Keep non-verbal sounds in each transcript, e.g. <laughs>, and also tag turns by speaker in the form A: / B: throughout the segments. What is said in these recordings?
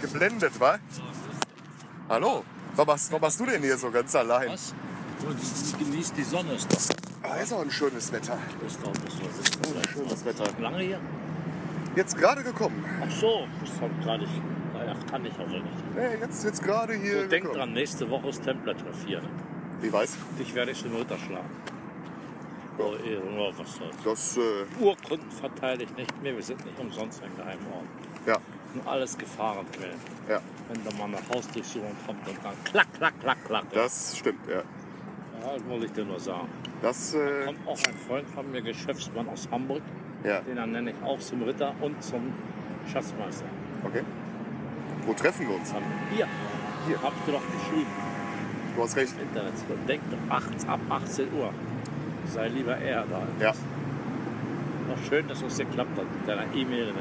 A: geblendet, wa? Hallo? Was machst, was machst du denn hier so ganz allein?
B: Was? Und genießt die Sonne, ist doch, ist
A: Ah, ist auch ein schönes Wetter.
B: doch, ist doch, ist doch.
A: Schönes Wetter.
B: Lange hier?
A: Jetzt gerade gekommen.
B: Ach so, ist halt gerade nicht. Ach, kann ich also nicht.
A: Nee, jetzt, jetzt gerade hier.
B: Und denk
A: gekommen.
B: dran, nächste Woche ist Templertreff hier.
A: Ich weiß.
B: Dich werde ich zum Ritter schlagen. Oh, eh, oh, was soll's.
A: Das, äh,
B: Urkunden verteile ich nicht mehr, wir sind nicht umsonst ein Geheimort.
A: ja,
B: Und alles Gefahrenquellen.
A: ja,
B: Wenn da mal eine Hausdurchsuchung kommt und dann klack, klack, klack, klack.
A: das stimmt, ja.
B: ja, das muss ich dir nur sagen.
A: Das, äh,
B: Kommt auch ein Freund von mir, Geschäftsmann aus Hamburg.
A: ja,
B: Den dann nenne ich auch zum Ritter und zum Schatzmeister.
A: okay. Wo treffen wir uns?
B: Dann
A: Hier.
B: hier, hier. habt ihr doch geschrieben
A: Du hast recht.
B: im Internet. Denkt um 8, ab 18 Uhr. Sei lieber eher da.
A: Ja.
B: Noch schön, dass es geklappt hat mit deiner E-Mail. Ne?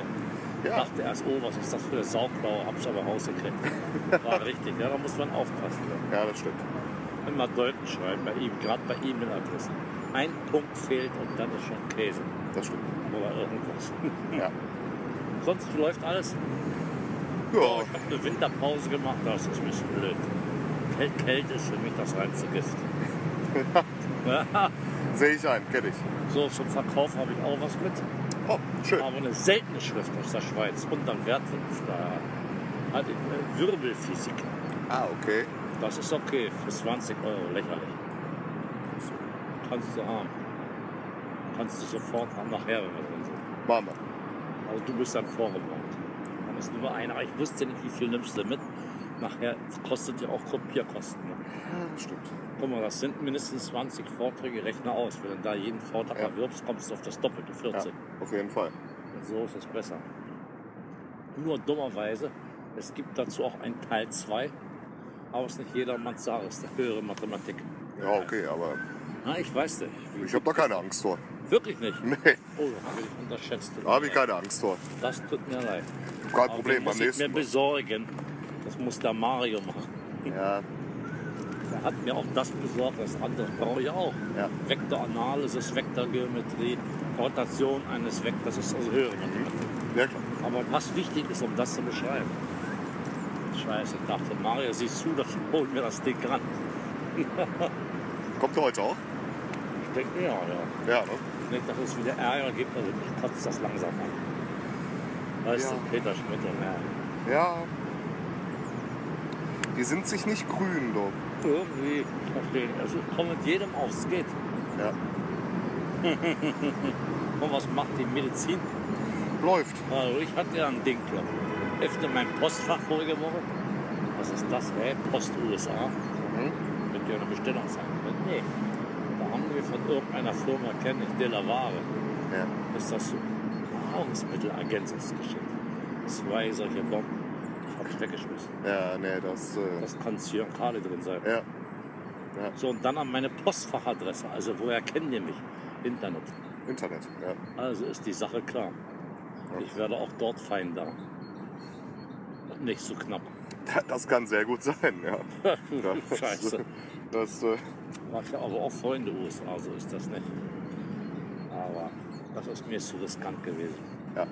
A: Ja.
B: dachte erst, oh, was ist das für eine Sauklaue, hab's aber rausgekriegt.
A: <laughs>
B: War richtig, ja, da muss man aufpassen. Ne?
A: Ja, das stimmt.
B: Immer Deuten schreiben bei ihm, gerade bei E-Mail-Adressen. Ein Punkt fehlt und dann ist schon Käse
A: Das stimmt.
B: oder irgendwas. <laughs>
A: Ja.
B: Sonst läuft alles.
A: Ja,
B: Ich habe eine Winterpause gemacht, das ist ein bisschen blöd. Kälte, Kälte ist für mich das reinste Gift. Ja,
A: sehe ich ein, kenne ich.
B: so, zum Verkauf habe ich auch was mit.
A: Oh, schön.
B: Aber eine seltene Schrift aus der Schweiz und am Wertwirkensteuer. Hat äh, Wirbelphysik.
A: Ah, okay.
B: Das ist okay für 20 Euro, lächerlich. Kannst du haben. Kannst du sofort haben, nachher, wenn wir drin sind.
A: Machen wir.
B: Also du bist dann vorgewarnt. Man ist nur einer. Ich wusste nicht, wie viel nimmst du mit. Nachher kostet ja auch Kopierkosten. Ne?
A: Ja, das stimmt.
B: Guck mal, das sind mindestens 20 Vorträge, rechne aus. Wenn du da jeden Vortrag
A: Ja.
B: erwirbst, kommst du auf das Doppelte, 40.
A: Ja, auf jeden Fall.
B: Und so ist es besser. Nur dummerweise, es gibt dazu auch einen Teil 2, aber es ist nicht jedermanns Sache, es ist eine höhere Mathematik.
A: Ja, okay, aber
B: Na, ich weiß nicht.
A: ich habe da keine Angst vor. <laughs>
B: Wirklich nicht.
A: Nee,
B: Oh, da habe ich unterschätzt.
A: da habe ich keine Angst vor.
B: Das tut mir leid.
A: Kein
B: Aber
A: Problem, beim
B: die muss ich mir
A: nächsten Mal.
B: besorgen. Das muss der Mario machen.
A: Ja,
B: Er hat mir auch das besorgt, das andere brauche ich auch.
A: Ja.
B: Vektoranalysis, Vektorgeometrie, Rotation eines Vektors, das ist also höhere Mathematik.
A: ja klar.
B: Aber was wichtig ist, um das zu beschreiben. Scheiße, ich dachte, Mario, siehst zu, das holen wir das Ding ran.
A: Kommt er heute auch?
B: Ich denke, ja, ja.
A: Ja, ne?
B: Nicht, dass es wieder Ärger gibt, also ich kotze das langsam an. Weißt
A: Ja.
B: du, Peter Schmidt und Herr.
A: Ja. Die sind sich nicht grün, doch.
B: Irgendwie verstehen. Also komm mit jedem aufs geht.
A: Ja.
B: <laughs> Und was macht die Medizin?
A: Läuft.
B: Also ich hatte ja ein Ding, glaube ich. Öffne mein Postfach vorige Woche. Was ist das? Hä? Post USA? Mit ja eine Bestellung sein. Nee. Da haben wir von irgendeiner Firma, kenne ich, Delaware,
A: Ja.
B: ist das Nahrungsmittelergänzungsgeschenk. Zwei solche Bomben. Ich hab's weggeschmissen.
A: Ja, nee, das. Äh,
B: Das kann Zyankale drin sein.
A: ja.
B: So, und dann an meine Postfachadresse. Also, woher kennen die mich? Internet.
A: Internet. Ja. <laughs>
B: Also ist die Sache klar. Ich werde auch dort fein da. Nicht so knapp.
A: Da- Das kann sehr gut sein,
B: <laughs>
A: ja. Das,
B: Scheiße.
A: Das, äh,
B: War ja aber auch Freunde USA, so ist das nicht. Aber das ist mir zu riskant gewesen.
A: ja.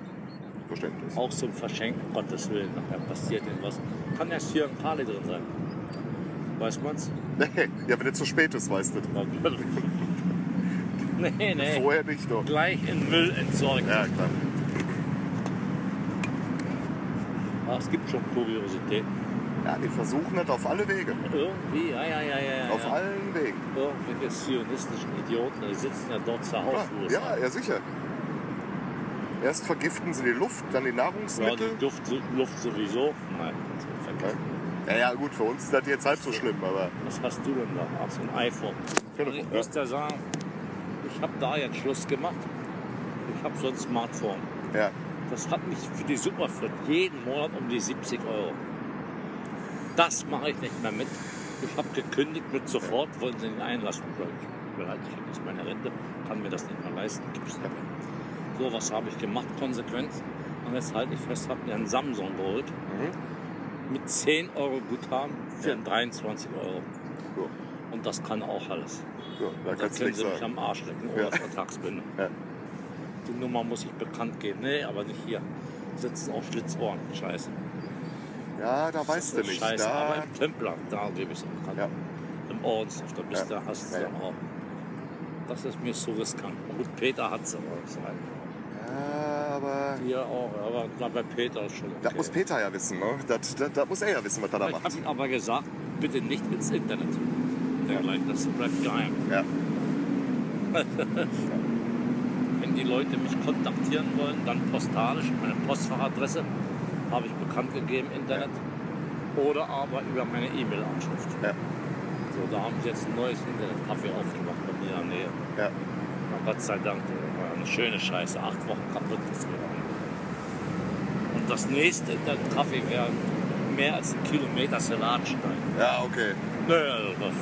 A: Verständlich. <laughs>
B: Auch zum Verschenken, Gottes Willen, nachher passiert irgendwas. Kann ja Jürgen Kali drin sein. Weiß man's?
A: Nee, ja, wenn es zu spät ist, weißt du.
B: <laughs> nee, nee.
A: Vorher nicht, doch.
B: Gleich in Müll entsorgt.
A: Ja, klar.
B: Ah, es gibt schon Kuriositäten.
A: Ja, die versuchen das auf alle Wege.
B: Irgendwie, ja, ja, ja, ja.
A: Auf
B: ja.
A: allen Wegen.
B: Irgendwelche zionistischen Idioten, die sitzen ja dort zu Hause.
A: Klar.
B: USA.
A: Ah, Ja, ja, sicher. Erst vergiften sie die Luft, dann die
B: Ja, die
A: Nahrungsmittel.
B: Duft, Luft sowieso. Nein, vergessen.
A: Ja, ja, gut, für uns ist das jetzt halb so schlimm, aber
B: Was hast du denn da? Ach, so ein iPhone.
A: Telefon,
B: ich muss da sagen, ich habe da jetzt Schluss gemacht. Ich habe so ein Smartphone.
A: ja,
B: Das hat mich für die Superflit jeden Monat um die 70 Euro. Das mache ich nicht mehr mit. Ich habe gekündigt mit sofort, wollen sie ihn einlassen. Ich bin halt, ich ist meine Rente, kann mir das nicht mehr leisten. Gibt's nicht mehr. So, was habe ich gemacht, Konsequenz? Und jetzt halte ich fest, habe mir einen Samsung geholt. Mit 10 Euro Guthaben für 23 Euro.
A: ja,
B: Und das kann auch alles.
A: ja da
B: Da
A: kannst du
B: können
A: nichts
B: sie mich
A: sagen.
B: am Arsch lecken, ohne
A: Ja.
B: Vertragsbindung.
A: Ja.
B: Die Nummer muss ich bekannt geben. Nee, aber nicht hier. Sitzen auf Schlitzohren. Scheiße.
A: Ja, da weißt du
B: Das ist
A: nicht.
B: Scheiße, aber
A: Da,
B: im Tempelhof, da gebe ich es auch an.
A: Ja.
B: Im Ordenshof, da bist
A: Ja.
B: du, hast du
A: Ja,
B: es
A: ja.
B: auch. Das ist mir so riskant. Gut, Peter hat es aber gesagt.
A: ja, aber
B: Hier auch, aber na, bei Peter ist schon okay.
A: das muss Peter ja wissen. Ne? Das, das, das muss er ja wissen, was er da
B: Ich
A: macht.
B: habe ihm aber gesagt, bitte nicht ins Internet. Der gleich, das bleibt geheim.
A: Ja.
B: Wenn die Leute mich kontaktieren wollen, dann postalisch, meine Postfachadresse habe ich bekannt gegeben im Internet. Oder aber über meine E-Mail-Anschrift.
A: Ja.
B: So, da haben sie jetzt ein neues Internet-Café aufgemacht bei mir in der Nähe.
A: Ja.
B: Na, Gott sei Dank, das war eine schöne Scheiße. Acht Wochen kaputt ist gegangen. Und das nächste Internet-Café wäre mehr als ein Kilometer Salatstein.
A: ja, okay.
B: Nö, also das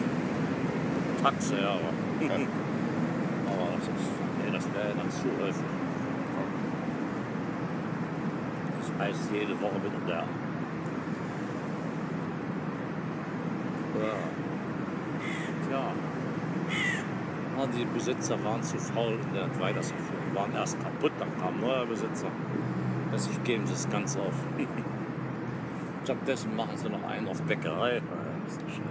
B: Taxe, ja, aber. <laughs> aber das ist. Nee, das wäre ja dann zu häufig. Das heißt, jede Woche bin ich da. Ja. Tja. Ja, die Besitzer waren zu faul, um das weiterzuführen. Waren erst kaputt, dann kam ein neuer Besitzer. Deswegen geben sie das Ganze auf. <laughs> Stattdessen machen sie noch einen auf Bäckerei. Ja, Das ist doch scheiße.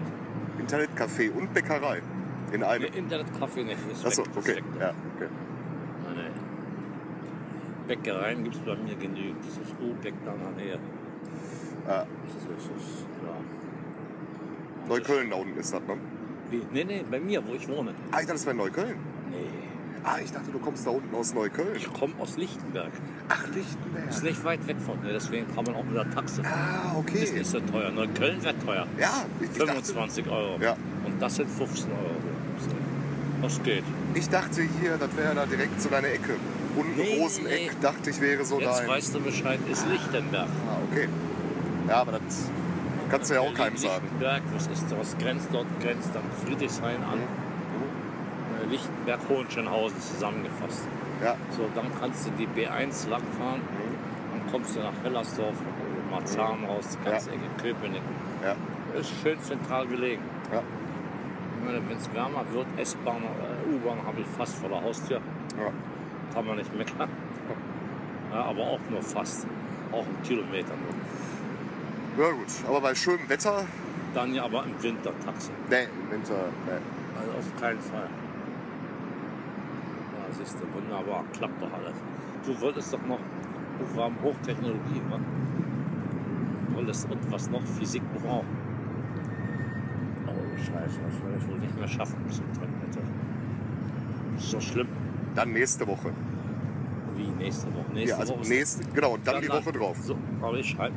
A: Internetcafé und Bäckerei in
B: Ne,
A: einem.
B: Internetkaffee nicht. Ist
A: Achso,
B: weg, ist
A: okay.
B: weg.
A: Ja, okay.
B: Nein, nein. Bäckereien gibt es bei mir genügend. Das ist U-Bäck da in der
A: Ja,
B: Nähe. Das ist, das ist, ja.
A: Neukölln da unten ist das, ne?
B: Wie? Nee, nee, bei mir, wo ich wohne.
A: Ah, ich dachte, das wäre Neukölln.
B: Nee.
A: Ah, ich dachte, du kommst da unten aus Neukölln.
B: Ich komme aus Lichtenberg.
A: Ach,
B: Ist
A: Lichtenberg.
B: nicht weit weg von mir, deswegen kann man auch mit der Taxe fahren.
A: Ah,
B: Ist
A: okay.
B: nicht so teuer. Neukölln wäre teuer.
A: Ja, ich, ich dachte,
B: 25 Euro.
A: Ja.
B: Und das sind 15 Euro. So. Das geht.
A: Ich dachte hier, das wäre da direkt so deine Ecke. Unten
B: Nee,
A: Roseneck
B: nee.
A: dachte ich wäre so
B: Jetzt
A: dein.
B: weißt du Bescheid, ist Lichtenberg.
A: Ah, okay. Ja, aber das kannst du ja auch keinem sagen.
B: Lichtenberg, was ist das? Was grenzt dort? Grenzt an Friedrichshain an.
A: Mhm.
B: Äh, Lichtenberg, Hohenschönhausen zusammengefasst.
A: Ja,
B: So, dann kannst du die B1 langfahren,
A: Mhm.
B: dann kommst du nach Hellersdorf, oder Marzahn raus, die ganze Ecke Köpenick.
A: ja,
B: Ist schön zentral gelegen.
A: ja.
B: Ich meine, wenn es wärmer wird, S-Bahn, äh, U-Bahn habe ich fast vor der Haustür,
A: ja.
B: kann man nicht
A: <laughs>
B: meckern. Ja, aber auch nur fast, auch einen Kilometer nur.
A: Ja gut, aber bei schönem Wetter,
B: Dann ja aber im Winter Taxi.
A: nee, im Winter, nee.
B: Also auf keinen Fall. Ja, das ist doch wunderbar, klappt doch alles. Du wolltest doch noch Programm Hochtechnologie, wa? Du wolltest und was noch Physik brauchen. Oh Scheiße, das werde ich wohl nicht mehr schaffen bis zum Tag, Ist so schlimm
A: Dann nächste Woche.
B: wie nächste Woche. Nächste
A: ja, also
B: Woche ist-
A: nächste, genau, und dann, die
B: Danach-
A: Woche drauf.
B: So, aber ich schreibe.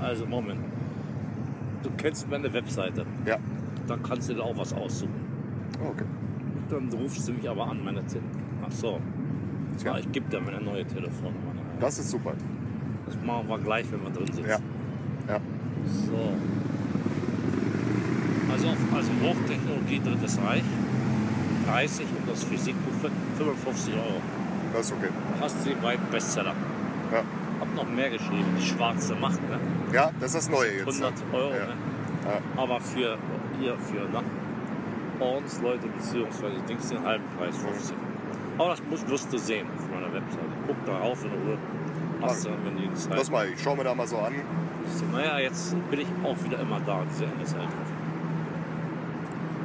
B: Also Moment. Du kennst meine Webseite,
A: Ja,
B: da kannst du dir auch was aussuchen.
A: oh, okay.
B: Dann rufst du mich aber an, meine Tin. Ach so.
A: Tja.
B: Ja, ich gebe dir meine neue Telefonnummer. nachher.
A: Das ist super.
B: Das machen wir gleich, wenn wir drin sind.
A: Ja. Ja.
B: So. Also, auf- also Hochtechnologie, Drittes Reich. 30 und das Physikbuch für 55 Euro.
A: Das ist okay.
B: Da Hast du die beiden Bestseller.
A: Ja,
B: Hab noch mehr geschrieben. Die schwarze Macht, ne?
A: ja das ist das Neue jetzt. ne?
B: 100 Euro,
A: Ja.
B: ne?
A: Ja.
B: Aber für hier, für ne? Ordensleute bzw. Dings den halben Preis 50. Aber das muss, wirst du sehen auf meiner Webseite. Guck da rauf in Ruhe. Hast du dann, wenn die Zeit
A: Das mal, ich schau mir da mal so an.
B: hast. Naja, jetzt bin ich auch wieder immer da, diese NSL.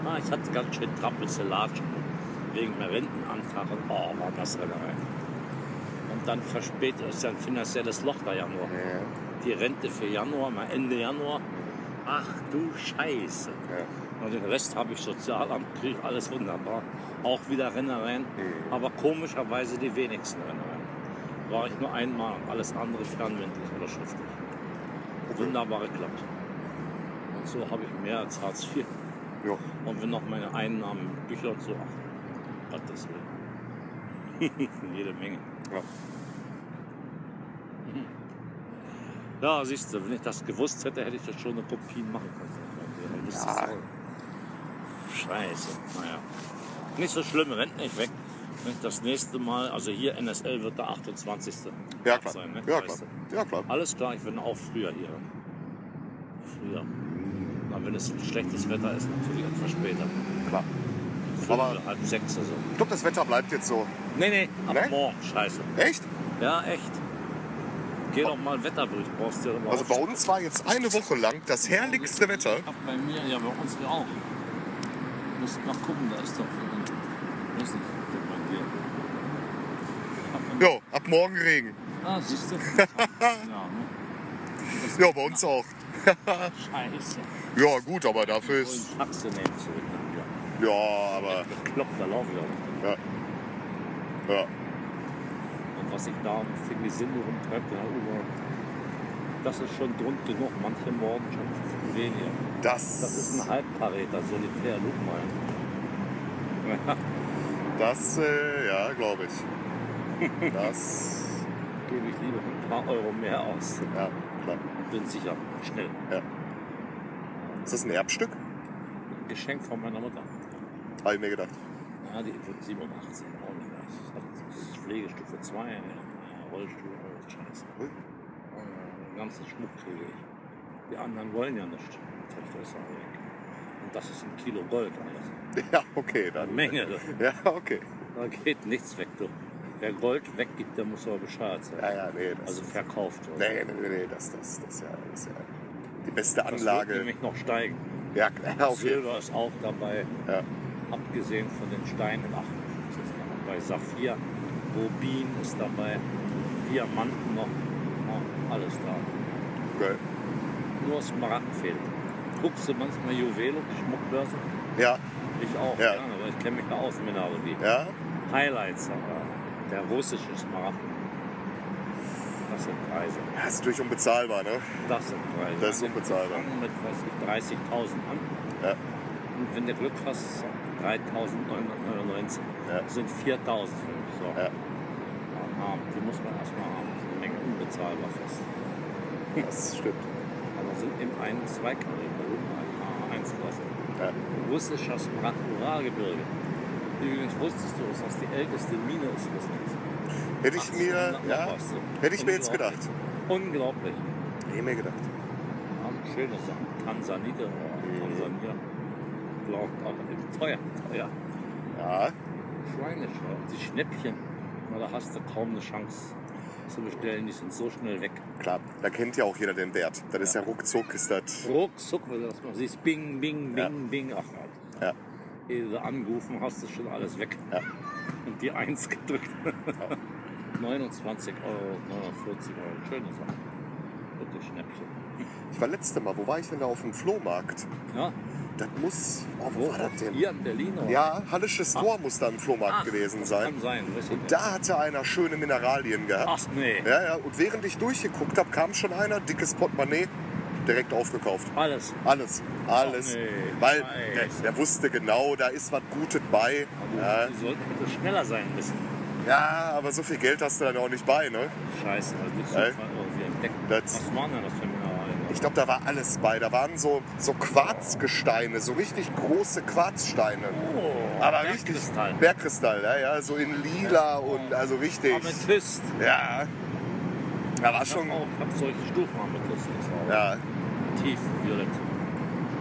B: Ah, ich hatte ganz schön Trappelzelatschen wegen meinem Rentenantrag und oh, war das eine rein. Und dann verspätet ist ja ein finanzielles Loch bei Januar
A: Ja,
B: die Rente für Januar, mal Ende Januar. Ach du Scheiße.
A: ja.
B: Und den Rest habe ich Sozialamt, kriege alles wunderbar. Auch wieder Rennereien, aber komischerweise die wenigsten Rennereien. War ich nur einmal, alles andere fernmündlich oder schriftlich. Wunderbar geklappt. Und so habe ich mehr als Hartz IV.
A: Jo.
B: Und wenn noch meine Einnahmen, Bücher und so, ach, Gottes Willen. <laughs> Jede Menge.
A: Ja.
B: Ja, siehst du, wenn ich das gewusst hätte, hätte ich das schon eine Kopie machen können. Das ist
A: Ja.
B: so- Scheiße. Naja. Nicht so schlimm, rennt nicht weg. Wenn ich Das nächste Mal, also hier NSL wird der 28.
A: ja, klar.
B: Sein, ne?
A: Ja,
B: Weißt
A: klar. Ja, klar.
B: du. Alles klar, ich bin auch früher hier. Früher. Aber wenn es schlechtes Wetter ist, natürlich etwas später.
A: klar.
B: Fünf,
A: Aber-
B: halb sechs oder so.
A: Ich glaube, das Wetter bleibt jetzt so.
B: Nee, nee, aber
A: Nee?
B: morgen, scheiße.
A: Echt?
B: Ja, echt. geh doch mal Wetterbericht, brauchst du ja mal
A: Oh. Also bei
B: auf-
A: uns war jetzt eine Woche lang das herrlichste Wetter.
B: Ach, bei mir, ja, bei uns ja auch. Musst mal gucken, da ist doch. Weiß nicht, ob bei dir. Hab-
A: Ja, ab morgen Regen.
B: Ah, siehst du? ja, ne?
A: Ja, bei uns auch.
B: Scheiße.
A: Ja, gut, aber dafür ist.
B: Und Faxe nehmen zurück. Ja.
A: Ja, aber.
B: Kloppt da laufen wir auch.
A: Ja. Ja.
B: Und was ich da für Gesinde rumtreibt, da über. Das ist schon Grund genug. Manche Morgen schon viel weniger. Das ist
A: Das,
B: ein Halbparäter, solitär, guck mal. <laughs>
A: das, äh, ja, glaube ich. Das,
B: Gebe ich lieber ein paar Euro mehr aus.
A: ja, klar.
B: Bin sicher, schnell.
A: Ist das ein Erbstück?
B: Geschenk von meiner Mutter.
A: Habe ich mir gedacht.
B: Ja, die wird 87. Auch nicht mehr. Ich hab Das ist Pflegestufe 2, ja, Rollstuhl, alles Scheiße.
A: Ui.
B: Und Den ganzen Äh, Schmuck kriege ich. Die anderen wollen ja nicht. Die Töchter ist auch weg. Und das ist ein Kilo Gold alles.
A: Ja, okay,
B: Eine
A: dann.
B: Menge. du.
A: Ja, okay.
B: Da geht nichts weg, du. Wer Gold weggibt, der muss aber Bescheid sein.
A: Ja, ja, nee, das.
B: Also verkauft. oder?
A: Nee, nee, nee, nee, das, das, das, ist ja, das ist ja die beste
B: Das wird
A: Anlage.
B: nämlich noch steigen.
A: Ja, <laughs> klar, auf jeden
B: Silber ist auch dabei.
A: Fall.
B: abgesehen von den Steinen, ach, das ist noch bei Saphir, Rubin ist dabei, Diamanten noch, ja, alles da.
A: Ja, okay.
B: Nur Smaragd fehlt. Guckst du manchmal Juwelen, Schmuckbörse?
A: ja,
B: Ich auch,
A: Ja.
B: gerne, weil ich kenne mich da aus mit Mineralogie.
A: ja,
B: Highlights aber, der russische Smaragd. Das sind Preise.
A: Ja, ist natürlich unbezahlbar, ne?
B: Das sind Preise.
A: Das ist unbezahlbar.
B: Wir fangen Mit, weiß ich, 30.000 an.
A: Ja,
B: Und wenn du Glück hast, 3.999
A: Ja.
B: Das sind 4.000 für mich. So.
A: Ja.
B: Arm, die muss man erstmal haben. Das ist eine Menge unbezahlbar fast.
A: das stimmt.
B: Aber sind im einen Zweikaliber, im einen A1-Klasse.
A: Ja,
B: Russischer Smaragd Uralgebirge. Übrigens wusstest du, dass das die älteste Mine ist Russlands.
A: hätte ich mir,
B: 1800 noch
A: ja,
B: was, so.
A: hätte ich mir jetzt
B: Unglaublich.
A: gedacht.
B: Unglaublich.
A: Hätte ich mir gedacht.
B: Ja, schöne Sachen. Tansanite, oh, Tansania. Glaubt aber teuer, teuer.
A: Ja,
B: Schweineschau. Die Schnäppchen, na, da hast du kaum eine Chance zu bestellen, die sind so schnell weg.
A: klar, da kennt ja auch jeder den Wert. Das ist ja ruckzuck, ist das.
B: Ruckzuck, wenn du das mal siehst, bing, bing, bing,
A: Ja.
B: bing, ach halt.
A: Ja.
B: Ehe du angerufen hast, ist schon alles weg.
A: Ja.
B: Und die Eins gedrückt. 29 Euro, 49 Euro, schöne Sache. Gute Schnäppchen.
A: Ich war letzte Mal, wo war ich denn da auf dem Flohmarkt?
B: Ja,
A: Das muss, oh, wo
B: wo? Ah.
A: war das denn?
B: Hier in Berlin? Oder?
A: Ja, Hallisches Tor muss da im Flohmarkt
B: Ach,
A: gewesen
B: das
A: sein.
B: Kann sein. weiß ich nicht.
A: Da hatte einer schöne Mineralien gehabt.
B: Ach nee,
A: Ja, ja, und während ich durchgeguckt habe, kam schon einer, dickes Portemonnaie, direkt aufgekauft.
B: alles.
A: Alles, alles.
B: nee,
A: Weil
B: scheiße.
A: der, der wusste genau, da ist was Gutes bei. Ja,
B: Sie sollten hätte schneller sein müssen.
A: ja, aber so viel Geld hast du dann auch nicht bei, ne?
B: Scheiße, also die
A: Ey.
B: Zufall irgendwie entdeckt.
A: Das-
B: Was waren denn das für Mineralien?
A: Ich glaube, da war alles bei. Da waren so, so Quarzgesteine, so richtig große Quarzsteine.
B: oh,
A: Aber
B: Bergkristall.
A: richtig. Bergkristall, ja, ja, so in lila und also richtig.
B: Amethyst.
A: Ja. Da war schon.
B: Ich habe hab solche Stufen Amethyst. Das war auch
A: Ja,
B: Tief, violett.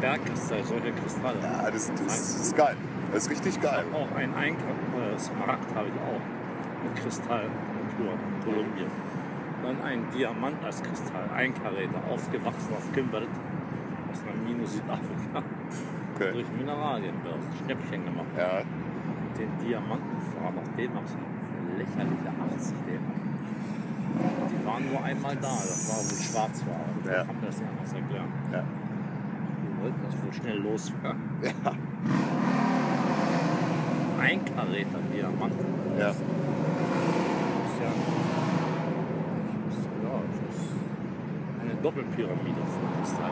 B: Bergkristall, solche Kristalle.
A: ja das, das ist geil. Das ist richtig geil.
B: Auch ein Einkauf, äh, Smaragd habe ich auch. Mit Kristall, Natur, Kolumbien. Dann ein Diamant als Kristall, ein Karäter, aufgewachsen auf Kimbert, aus einer Mine Südafrika.
A: Okay.
B: Durch Mineralienbörsen, Schnäppchen gemacht.
A: Ja,
B: den Diamanten fahren nach D-Max für lächerliche 80 D-Mark. Die waren nur einmal da, das war wohl schwarz war. Da
A: Ja.
B: kann man das nicht anders erklären.
A: ja.
B: Die wollten das wohl schnell loswerden.
A: <laughs> Ja.
B: Ein Karäter Diamant.
A: Ja.
B: Das ist ja, das ist, ja das ist eine Doppelpyramide von Kristall.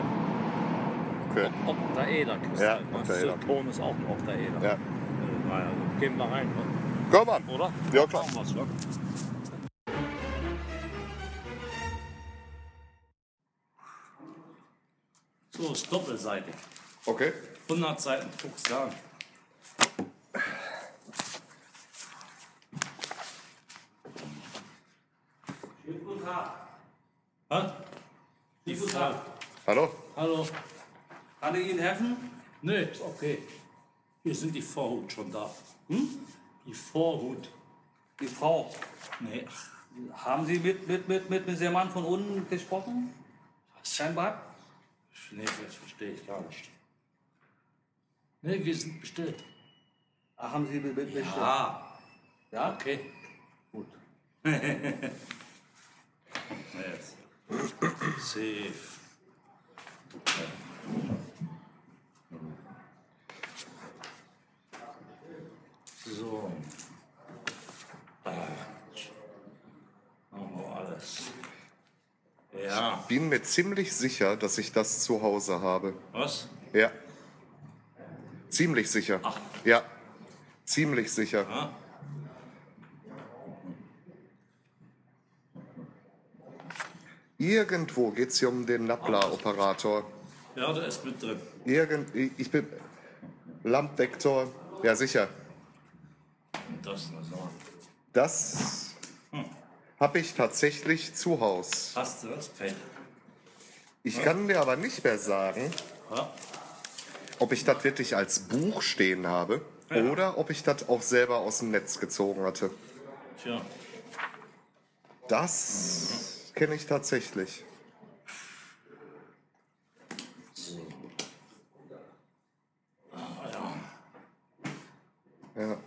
A: Okay.
B: Oktaeder-Kristall.
A: Ja,
B: Das
A: Oktaeder.
B: Ton ist auch ein Oktaeder.
A: Ja.
B: Äh, naja, Gehen wir rein,
A: Komm an.
B: oder?
A: Ja, klar.
B: Machen wir's, ja? So, ist doppelseitig.
A: Okay.
B: 100 Seiten, guck's dir an.
C: Guten Tag.
B: Hä?
C: Guten Tag.
A: Hallo.
B: Hallo?
C: Kann ich Ihnen helfen?
B: Nö, ist okay. Hier sind die Vorhut schon da.
C: Hm?
B: Die Vorhut.
C: Die Frau.
B: Nee, ach,
C: Haben Sie mit, mit, mit, mit, mit dem Mann von unten gesprochen? Steinbart?
D: Nee, das verstehe ich gar nicht. Nee, wir sind bestellt.
C: Ach, haben Sie mit, mit, mit
B: Ah,
C: ja?
D: Okay.
C: Gut.
B: <laughs> yes. Safe. So. Ah. Machen wir alles. Ja,
A: Bin mir ziemlich sicher, dass ich das zu Hause habe.
B: was?
A: Ja. Ziemlich sicher. Ja. Ziemlich sicher.
B: Ah.
A: Irgendwo geht es hier um den Nabla-Operator.
B: Ja, der ist mit drin.
A: Irgend, ich bin. Lampvektor. Ja, sicher.
B: Und das also noch so.
A: Das habe ich tatsächlich zu Hause.
B: Hast du das Pech?
A: Ich kann dir aber nicht mehr sagen,
B: Ha?
A: ob ich das wirklich als Buch stehen habe oder ob ich das auch selber aus dem Netz gezogen hatte.
B: Tja,
A: Das kenne ich tatsächlich. Ja.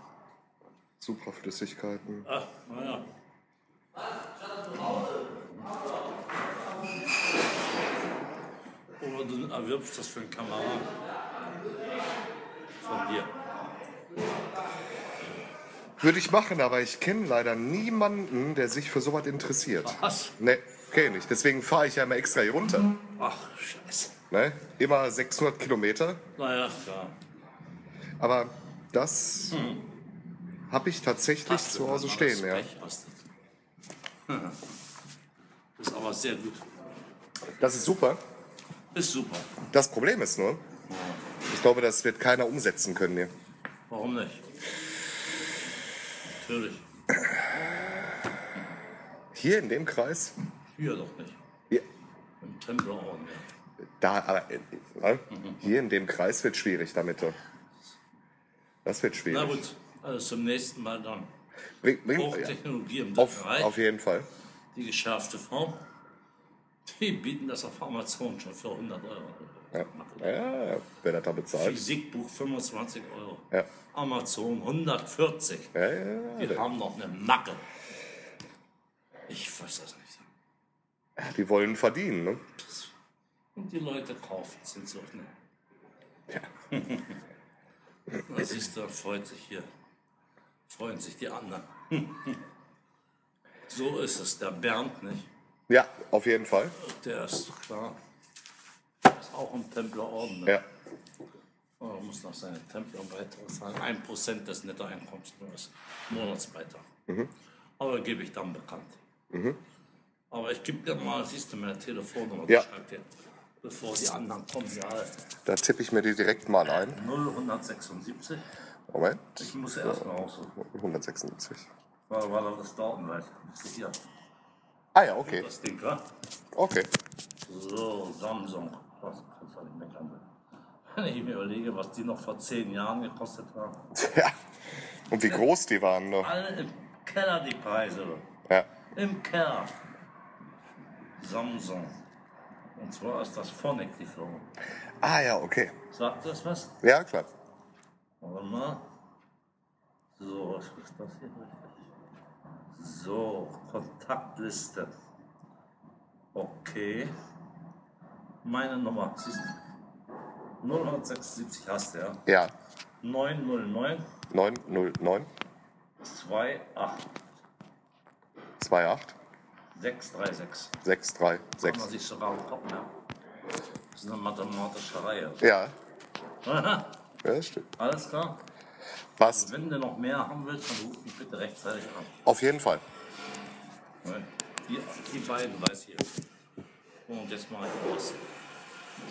A: Supraflüssigkeiten.
B: ach, naja. Oder du erwirbst das für einen Kameramann. Von dir.
A: Würde ich machen, aber ich kenne leider niemanden, der sich für sowas interessiert.
B: Was?
A: Ne, kenne ich. Deswegen fahre ich ja immer extra hier runter.
B: Ach, scheiße.
A: Ne? Immer 600 Kilometer.
B: Naja, klar.
A: Aber das habe ich tatsächlich zu
B: du
A: Hause
B: mal
A: stehen,
B: das
A: ja.
B: Pech, hast du. Ist aber sehr gut.
A: Das ist super.
B: Ist super.
A: Das Problem ist nur, ich glaube, das wird keiner umsetzen können hier.
B: Warum nicht? Natürlich.
A: Hier in dem Kreis,
B: Hier doch nicht.
A: hier,
B: Im Tempel auch nicht.
A: da, aber, äh, ne? hier in dem Kreis wird schwierig damit. du. Das wird
B: Na
A: schwierig.
B: gut, also zum nächsten Mal dann.
A: Bring, bring,
B: Hochtechnologie im
A: auf,
B: Bereich,
A: auf jeden Fall.
B: die geschärfte Form. Die bieten das auf Amazon schon für 100 Euro.
A: Ja. Ja, wer das da bezahlt.
B: Physikbuch 25 Euro.
A: Ja.
B: Amazon 140.
A: Ja, ja,
B: Die
A: ja.
B: haben noch eine Macke. Ich weiß das nicht.
A: Die wollen verdienen. Ne?
B: Und die Leute kaufen es ne? inzwischen. <laughs> Ja. da siehst du, freut sich hier. Freuen sich die anderen. <laughs> so ist es. Der Bernd nicht.
A: Ja, auf jeden Fall.
B: Der ist klar. Ist auch im Templerorden. Ne?
A: Ja.
B: Oh, Er muss noch seine Templerbeitrag zahlen. Ein Prozent des Nettoeinkommens nur als Monatsbeitrag. Aber gebe ich dann bekannt. Aber ich gebe dir mal, siehst du meine Telefonnummer, die
A: Ja.
B: schreibt dir, bevor die anderen kommen, ja,
A: Da tippe ich mir die direkt mal ein.
B: 0176.
A: Moment.
B: Ich muss sie erst mal aussuchen,
A: 176.
B: weil, weil das dauert gleich. Ist Hier,
A: Ah ja, okay.
B: das Ding, wa?
A: Okay. <laughs>
B: So, Samsung. Was kannst du nicht meckern. Wenn ich mir überlege, was die noch vor zehn Jahren gekostet haben.
A: Ja. Und wie groß die waren noch.
B: Alle im Keller die Preise. du.
A: Ja.
B: Im Keller. Samsung. Und zwar ist das Phonic die Firma.
A: Ah ja, okay.
B: Sagt das was?
A: Ja, klar.
B: Warte mal. So, was ist das hier? So, Kontaktliste. Okay. Meine Nummer, siehst du? 076 hast du, ja?
A: Ja.
B: 909
A: 909
B: 28
A: 28
B: 636. Kann man
A: 636.
B: sich sogar im Kopf merken. Das ist eine mathematische Reihe. <laughs>
A: Ja,
B: Alles
A: ja, das stimmt.
B: klar.
A: Passt.
B: Wenn du noch mehr haben willst, dann ruf mich bitte rechtzeitig an.
A: Auf jeden Fall.
B: Ne? Die, die beiden weiß ich jetzt. Und jetzt mache ich aus.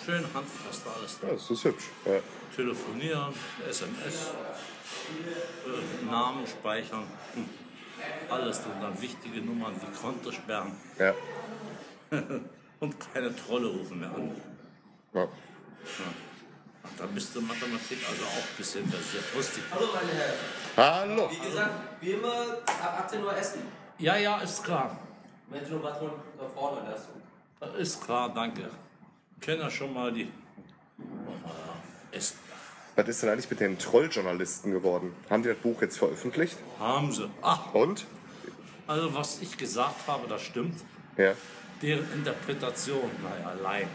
B: Schön handfest alles.
A: Ja, das ist hübsch. Ja.
B: Telefonieren, SMS, äh, Namen speichern, hm. alles drin. Dann wichtige Nummern wie Konto sperren
A: Ja.
B: und keine Trolle rufen mehr an.
A: ja.
B: Ach, da bist du in Mathematik also auch ein bisschen versiert. Wusste ich.
C: Hallo, meine Herren.
A: Hallo.
C: Wie gesagt, wie immer ab 18 Uhr essen.
B: Ja, ja, ist klar.
C: Mensch, nur was von da vorne, das.
B: Ist klar, danke. Kennt ja schon mal die. Äh, ist,
A: Was ist denn eigentlich mit den Trolljournalisten geworden? Haben die das Buch jetzt veröffentlicht?
B: haben sie. Ach,
A: Und?
B: also was ich gesagt habe, das stimmt.
A: Ja.
B: Deren Interpretation, naja, allein.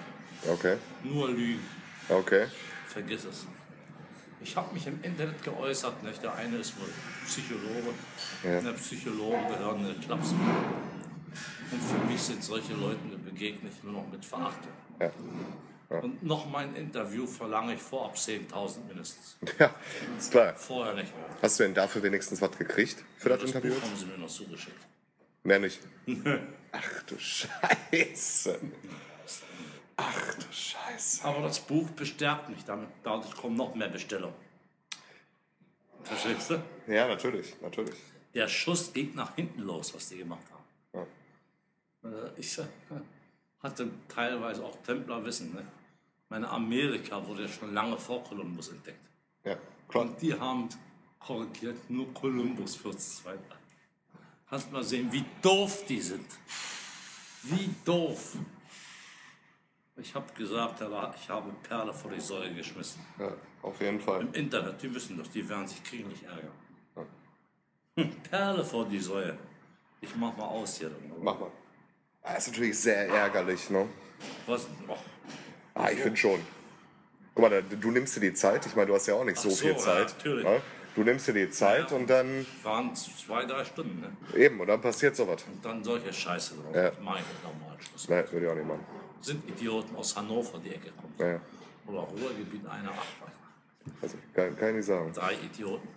A: Okay.
B: Nur Lügen.
A: Okay. <laughs>
B: Vergiss es. Ich habe mich im Internet geäußert. Nicht? Der eine ist wohl Psychologe.
A: Ja.
B: Der Psychologen gehören in den Klaps. Und für mich sind solche Leuten begegnet nur noch mit Verachtung.
A: Ja.
B: Und noch mein Interview verlange ich vorab 10.000 mindestens.
A: Ja, ist klar.
B: Vorher nicht mehr.
A: Hast du denn dafür wenigstens was gekriegt? Für das,
B: Das
A: Interview?
B: Buch haben sie mir noch zugeschickt.
A: Mehr nicht. <laughs> Ach du Scheiße. Ach du Scheiße.
B: Aber das Buch bestärkt mich. Damit, dadurch kommen noch mehr Bestellungen. Verstehst du?
A: Ja, natürlich, natürlich.
B: Der Schuss ging nach hinten los, was die gemacht haben. Äh, Ich sag, hatte teilweise auch Templerwissen. Ne? Meine Amerika wurde ja schon lange vor Kolumbus entdeckt.
A: Ja, klar.
B: Und die haben korrigiert nur Kolumbus 1402. Kannst mal sehen, wie doof die sind. Wie doof. Ich habe gesagt, Herr Rat, ich habe Perle vor die Säule geschmissen.
A: Ja, auf jeden Fall.
B: Im Internet, die wissen doch, die werden sich krieglich ärgern. Hm, Perle vor die Säue. Ich mach mal aus hier.
A: Mach mal. Ah, ist natürlich sehr ärgerlich, ne?
B: Was? Oh,
A: Ah, ich finde schon. Guck mal, da- du nimmst dir die Zeit. Ich meine, du hast ja auch nicht so,
B: Ach so,
A: viel
B: ja,
A: Zeit.
B: natürlich.
A: ne? Du nimmst dir die Zeit
B: Ja.
A: und dann
B: waren zwei, drei Stunden. Ne?
A: eben, und dann passiert sowas.
B: Und dann solche Scheiße drauf.
A: Ja.
B: Das mach ich nicht nochmal. Schluss.
A: Nein, würde ich auch nicht machen.
B: Sind Idioten aus Hannover die Ecke gekommen.
A: Ja,
B: Oder Ruhrgebiet einer. Ach,
A: also, kann, kann ich nicht sagen.
B: drei Idioten.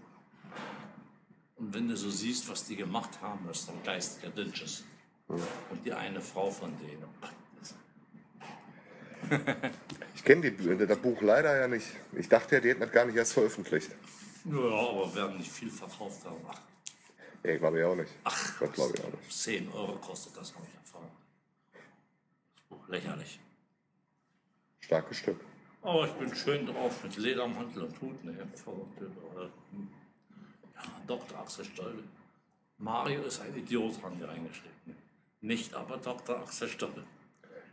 B: Und wenn du so siehst, was die gemacht haben, das ist doch geistiger Dünnschiss. Und die eine Frau von denen.
A: Ich kenne die- das Buch leider ja nicht. Ich dachte ja, die hätten das gar nicht erst veröffentlicht.
B: Ja, aber werden nicht viel verkauft haben. Ach,
A: Nee, glaube ich auch nicht. Ach, das glaube ich auch nicht.
B: 10 Euro kostet das, habe ich erfahren. Das Buch lächerlich.
A: Starkes Stück.
B: Aber Oh, ich bin schön drauf mit Ledermantel und Hut. Ne? Verrückt, oder? Ja, Dr. Axel Stoll. Mario ist ein Idiot, haben wir eingeschrieben. Nicht aber Dr. Axel Stoll.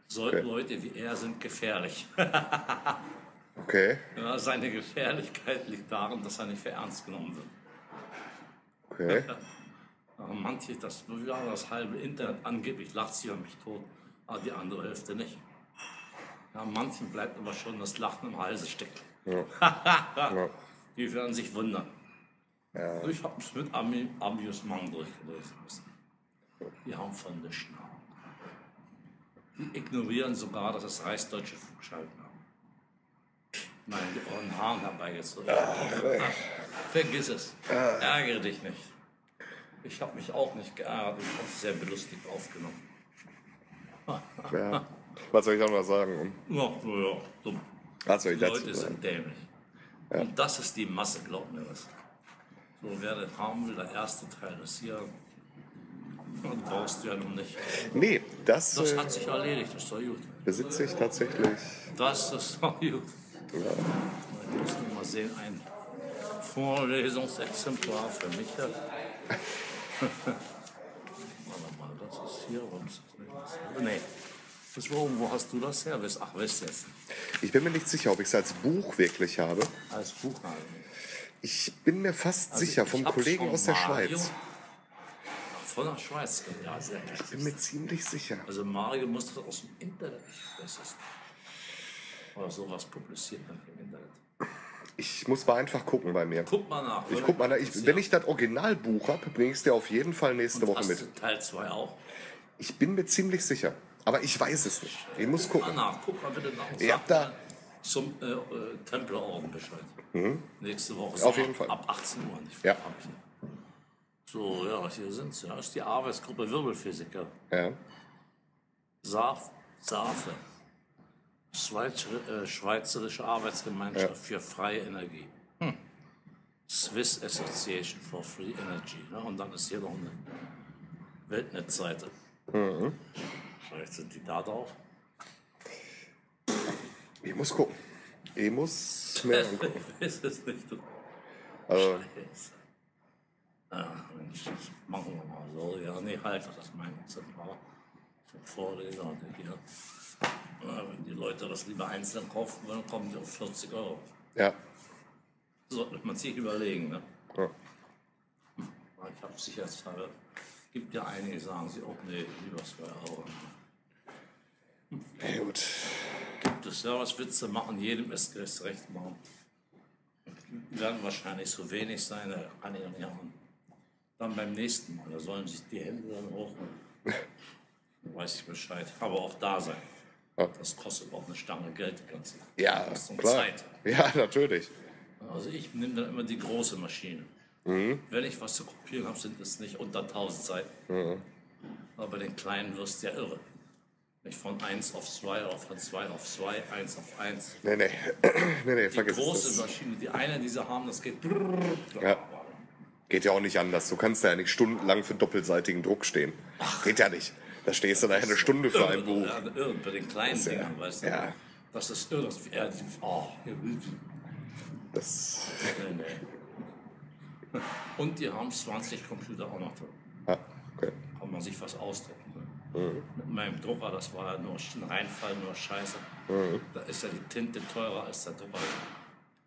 B: Solche
A: Okay.
B: Leute wie er sind gefährlich. <laughs>
A: Okay,
B: Ja, seine Gefährlichkeit liegt darin, dass er nicht für ernst genommen wird.
A: okay.
B: Aber manche, das, ja, das halbe Internet angeblich lacht sie über mich tot, aber die andere Hälfte nicht. Ja, manchen bleibt aber schon das Lachen im Halse stecken. <laughs>
A: Ja.
B: Die werden sich wundern. Ich habe es mit Ami Amusement durchgelesen müssen. Die haben von der Schnauze. Die ignorieren sogar, dass es reichsdeutsche Flugschalten haben. Nein, die Ohren Haaren herbeigezogen. Vergiss es. Ärgere dich nicht. Ich habe mich auch nicht geärgert. Ich habe es sehr belustigt aufgenommen.
A: Ja. Was soll ich da noch sagen?
B: Ja, ja, ja, dumm.
A: Was soll
B: Die
A: ich dazu
B: Leute
A: sagen?
B: sind dämlich. Und das ist die Masse, glaub mir das. So, wer das haben will, der erste Teil ist hier. Und brauchst du ja noch nicht.
A: Nee, das,
B: Das
A: äh,
B: hat sich erledigt, das ist doch gut.
A: besitze ich tatsächlich.
B: Das ist doch gut. Ich muss nur mal sehen, ein Vorlesungsexemplar für mich. ja. Warte mal, das ist hier. Warum ist das nicht? Das- Nee. Das war oben. Wo hast du das her? West- Ach, West jetzt.
A: Ich bin mir nicht sicher, ob ich es als Buch wirklich habe.
B: Als Buchhaltung.
A: Ich bin mir fast
B: Also
A: sicher,
B: ich
A: vom
B: hab
A: Kollegen
B: von
A: aus der
B: Mario-
A: Schweiz.
B: Ach, Von der Schweiz, ja, sehr
A: Ich bin mir ziemlich sicher.
B: Also Mario muss das aus dem Internet, ich weiß es nicht. Oder sowas publiziert man im Internet.
A: Ich muss mal einfach gucken bei mir.
B: Guck mal nach.
A: Ich guck mal, da- ich, wenn ich das Originalbuch habe, bringe ich es dir auf jeden Fall nächste Woche
B: Hast
A: mit.
B: du Teil 2 auch?
A: Ich bin mir ziemlich sicher. Aber ich weiß es nicht. Ich muss
B: Guck mal
A: gucken.
B: nach, Ah, guck mal bitte nach. und
A: Ihr
B: sag
A: habt da-
B: mir Zum äh, äh, Templerorden Bescheid. Nächste Woche.
A: Mhm. Auf jeden Fall.
B: Ab 18 Uhr. Nicht
A: Ja.
B: Hab ich nicht. So, ja, hier sind sie. Das ist die Arbeitsgruppe Wirbelphysiker.
A: Ja.
B: Saf, Safe. Schweiz, äh, Schweizerische Arbeitsgemeinschaft für freie Energie.
A: Hm.
B: Swiss Association for Free Energy. Ne? Und dann ist hier noch eine Weltnetzseite.
A: Mhm.
B: Vielleicht sind die da drauf.
A: Ich muss gucken. Ich
B: <laughs>
A: muss mir angucken.
B: ich weiß es nicht. Du.
A: Also,
B: Scheiße. Ja, Ah, Mensch, das machen wir mal so. Ja, nee, halt, das ist mein Zentral. Zum Vorredner hatte ich hier. Ja, wenn die Leute das lieber einzeln kaufen wollen, kommen die auf 40 Euro.
A: Ja.
B: Sollte man sich überlegen, ne?
A: ja.
B: Ich habe sicherheitshalber. Gibt ja einige, sagen sie, oh nee, lieber 2 Euro.
A: Na gut.
B: Gibt es ja, was willst du machen? Jedem ist es recht machen. Werden wahrscheinlich so wenig sein, da kann ich noch nicht haben. Dann beim nächsten Mal, da sollen sich die Hände dann hoch. Dann weiß ich Bescheid. Aber auch da sein.
A: Ja.
B: Das kostet auch eine Stange Geld, die ganze.
A: Ja,
B: Das kostet
A: klar.
B: Zeit.
A: Ja, <laughs> natürlich.
B: Also ich nehme dann immer die große Maschine.
A: Mhm.
B: Wenn ich was zu kopieren habe, sind es nicht unter 1000 Seiten.
A: Mhm.
B: Aber bei den kleinen wirst du ja irre. Nicht von 1 auf 2 oder von 2 auf 2, 1 auf 1.
A: Nee, <clears throat> nee. nee, nee,
B: Die
A: vergiss
B: große
A: es. Das
B: Maschine, die eine, die sie haben, das geht.
A: Ja. geht ja auch nicht anders. Du kannst ja nicht stundenlang für doppelseitigen Druck stehen. Geht ja nicht. Da stehst du nachher eine Stunde für ein Buch.
B: Ja, irre, bei den kleinen
A: ja-
B: Dingern, weißt du.
A: ja.
B: Das ist irre. Ja, die, oh, hier <laughs> wild.
A: Das,
B: nee, nee. Und die haben 20 Computer auch noch drin.
A: ja, ah, okay.
B: kann man sich was ausdrucken. Ne?
A: Mhm.
B: Mit meinem Drucker, das war ja nur Sch- ein Reinfall, nur Scheiße.
A: Mhm.
B: Da ist ja die Tinte teurer als der Drucker.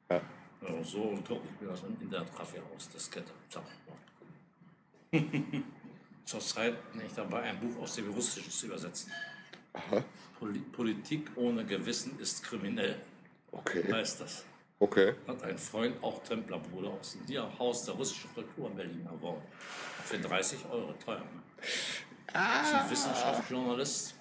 A: Ja.
B: Ja, so drucke ich mir das im Internetkaffee aus, das geht
A: <laughs>
B: zack. Zurzeit bin ich dabei, ein Buch aus dem Russischen zu übersetzen. Poli Politik ohne Gewissen ist kriminell,
A: Okay.
B: heißt das.
A: Okay.
B: Hat ein Freund, auch Templerbruder, aus dem Dia- Haus der russischen Kultur in Berlin erworben. Für 30 Euro teuer. Ne? ist ein Wissenschaftsjournalist.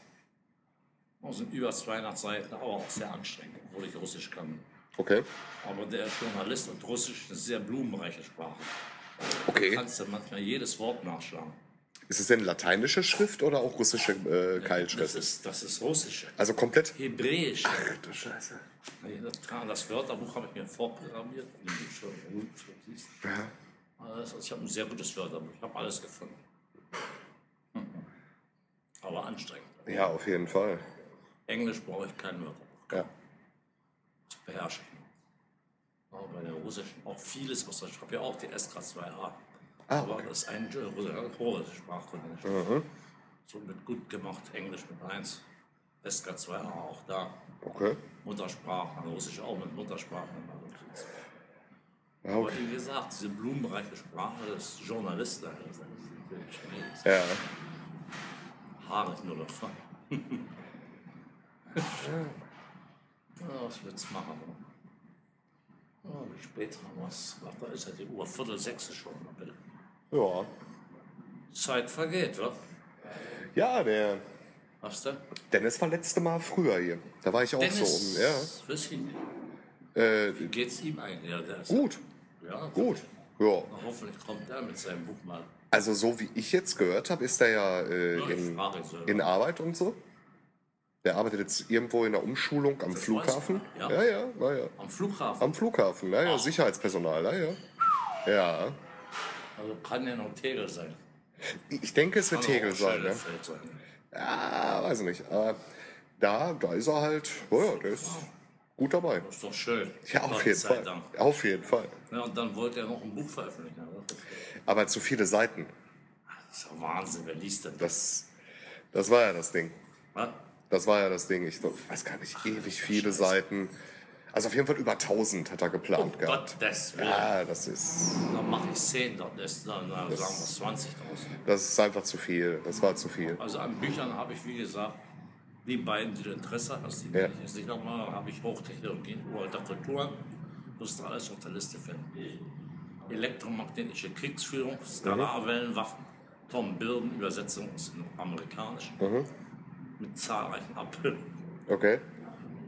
B: Das sind über 200 Seiten, aber auch sehr anstrengend, obwohl ich Russisch kann.
A: Okay.
B: Aber der ist Journalist und Russisch ist eine sehr blumenreiche Sprache. Du
A: Okay.
B: kannst ja manchmal jedes Wort nachschlagen.
A: Ist es denn lateinische Schrift oder auch russische äh,
B: Das
A: Keilschrift?
B: ist, das ist Russisch.
A: Also komplett.
B: Hebräisch.
A: Ach du Scheiße.
B: Nee, Das, kann- das Wörterbuch habe ich mir vorprogrammiert. Wenn du schon gut siehst. Also Ich habe ein sehr gutes Wörterbuch. Ich habe alles gefunden. Hm. Aber anstrengend.
A: Ja, auf jeden Fall.
B: Englisch brauche ich kein Wörterbuch.
A: Ja.
B: Das beherrsche ich noch. Aber bei der russischen auch vieles aus der Ich habe ja auch die SK2A.
A: Ah,
B: Aber das ist ein äh, russische- russische Sprachkunde.
A: Mhm.
B: So mit gut gemacht Englisch mit 1. SK2A auch da.
A: Okay.
B: Muttersprache, also Russisch auch mit Muttersprache. Also,
A: Ja,
B: aber
A: okay.
B: wie gesagt, diese blumenreiche Sprache des Journalisten, das ist natürlich schwierig.
A: ja.
B: ne? Haare nur davon. <laughs> ja, was willst du machen? ne? Ja, bis später haben wir es. gemacht. Da ist ja die Uhr, Viertel sechs ist schon. na bitte.
A: ja.
B: Zeit vergeht, wa?
A: Ja, der
B: Was denn?
A: Dennis war letzte Mal früher hier. Da war ich auch so oben.
B: Wissing,
A: Ja. Äh,
B: wie geht's ihm eigentlich? Ja, der ist,
A: gut.
B: Ja,
A: Gut. Ja.
B: Na, hoffentlich kommt er mit seinem Buch mal.
A: Also so wie ich jetzt gehört habe, ist er ja
B: Ja,
A: äh,
B: ich
A: in,
B: frage ihn selber.
A: in Arbeit und so. Der arbeitet jetzt irgendwo in der Umschulung am Flughafen.
B: ich
A: Ja,
B: noch,
A: ja,
B: ja. Ah.
A: ja, ja, ja.
B: Am Flughafen.
A: Am Flughafen, ja, ja, Sicherheitspersonal, ja, ja. Ja.
B: Also kann ja noch Tegel sein.
A: Ich denke, es wird
B: Kann
A: Tegel
B: auch
A: sein, ne?
B: Schönefeld sein.
A: Ja, weiß ich nicht. Aber da, da ist er halt, oh ja, der ist gut dabei.
B: Ist doch schön.
A: Ja, auf
B: Gott
A: jeden
B: sei
A: Fall.
B: Dank.
A: Auf jeden Fall.
B: Ja, und dann wollte er noch ein Buch veröffentlichen. aber
A: Aber zu viele Seiten.
B: Das ist ja Wahnsinn, wer liest denn das?
A: Das, das war ja das Ding.
B: Was?
A: Das war ja das Ding. Ich glaub, weiß gar nicht, ewig viele Seiten. Also auf jeden Fall über 1000 hat er geplant gehabt.
B: Oh Gott, das will.
A: Ja, das ist,
B: Dann mache ich 10, dann, ist, dann, dann sagen wir 20 draus.
A: das ist einfach zu viel. Das war zu viel.
B: Also an Büchern habe ich, wie gesagt, die beiden, die du Interesse hast, die
A: Ja.
B: will ich jetzt nicht nochmal, habe ich Hochtechnologie, Uralter Kulturen, wirst du alles auf der Liste finden. Elektromagnetische Kriegsführung, Skalarwellenwaffen, Tom Birden, Übersetzung aus dem Amerikanischen, mit zahlreichen Abbildungen.
A: Okay.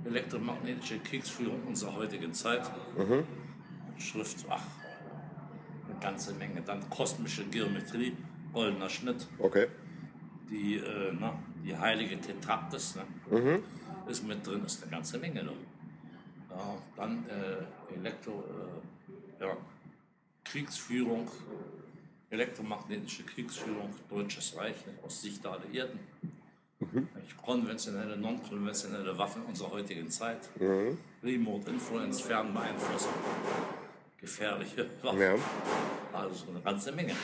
B: Elektromagnetische Kriegsführung unserer heutigen Zeit. Schrift, ach, eine ganze Menge. Dann kosmische Geometrie, goldener Schnitt,
A: Okay.
B: die, äh, ne, die heilige Tetraptis ne, ist mit drin, ist eine ganze Menge. Ne? Ja, dann äh, Elektro, äh, ja, Kriegsführung, elektromagnetische Kriegsführung, Deutsches Reich ne, aus Sicht der Alliierten. Konventionelle, non-konventionelle Waffen unserer heutigen Zeit. Remote Influence, Fernbeeinflussung. gefährliche Waffen.
A: Ja.
B: Also eine ganze Menge.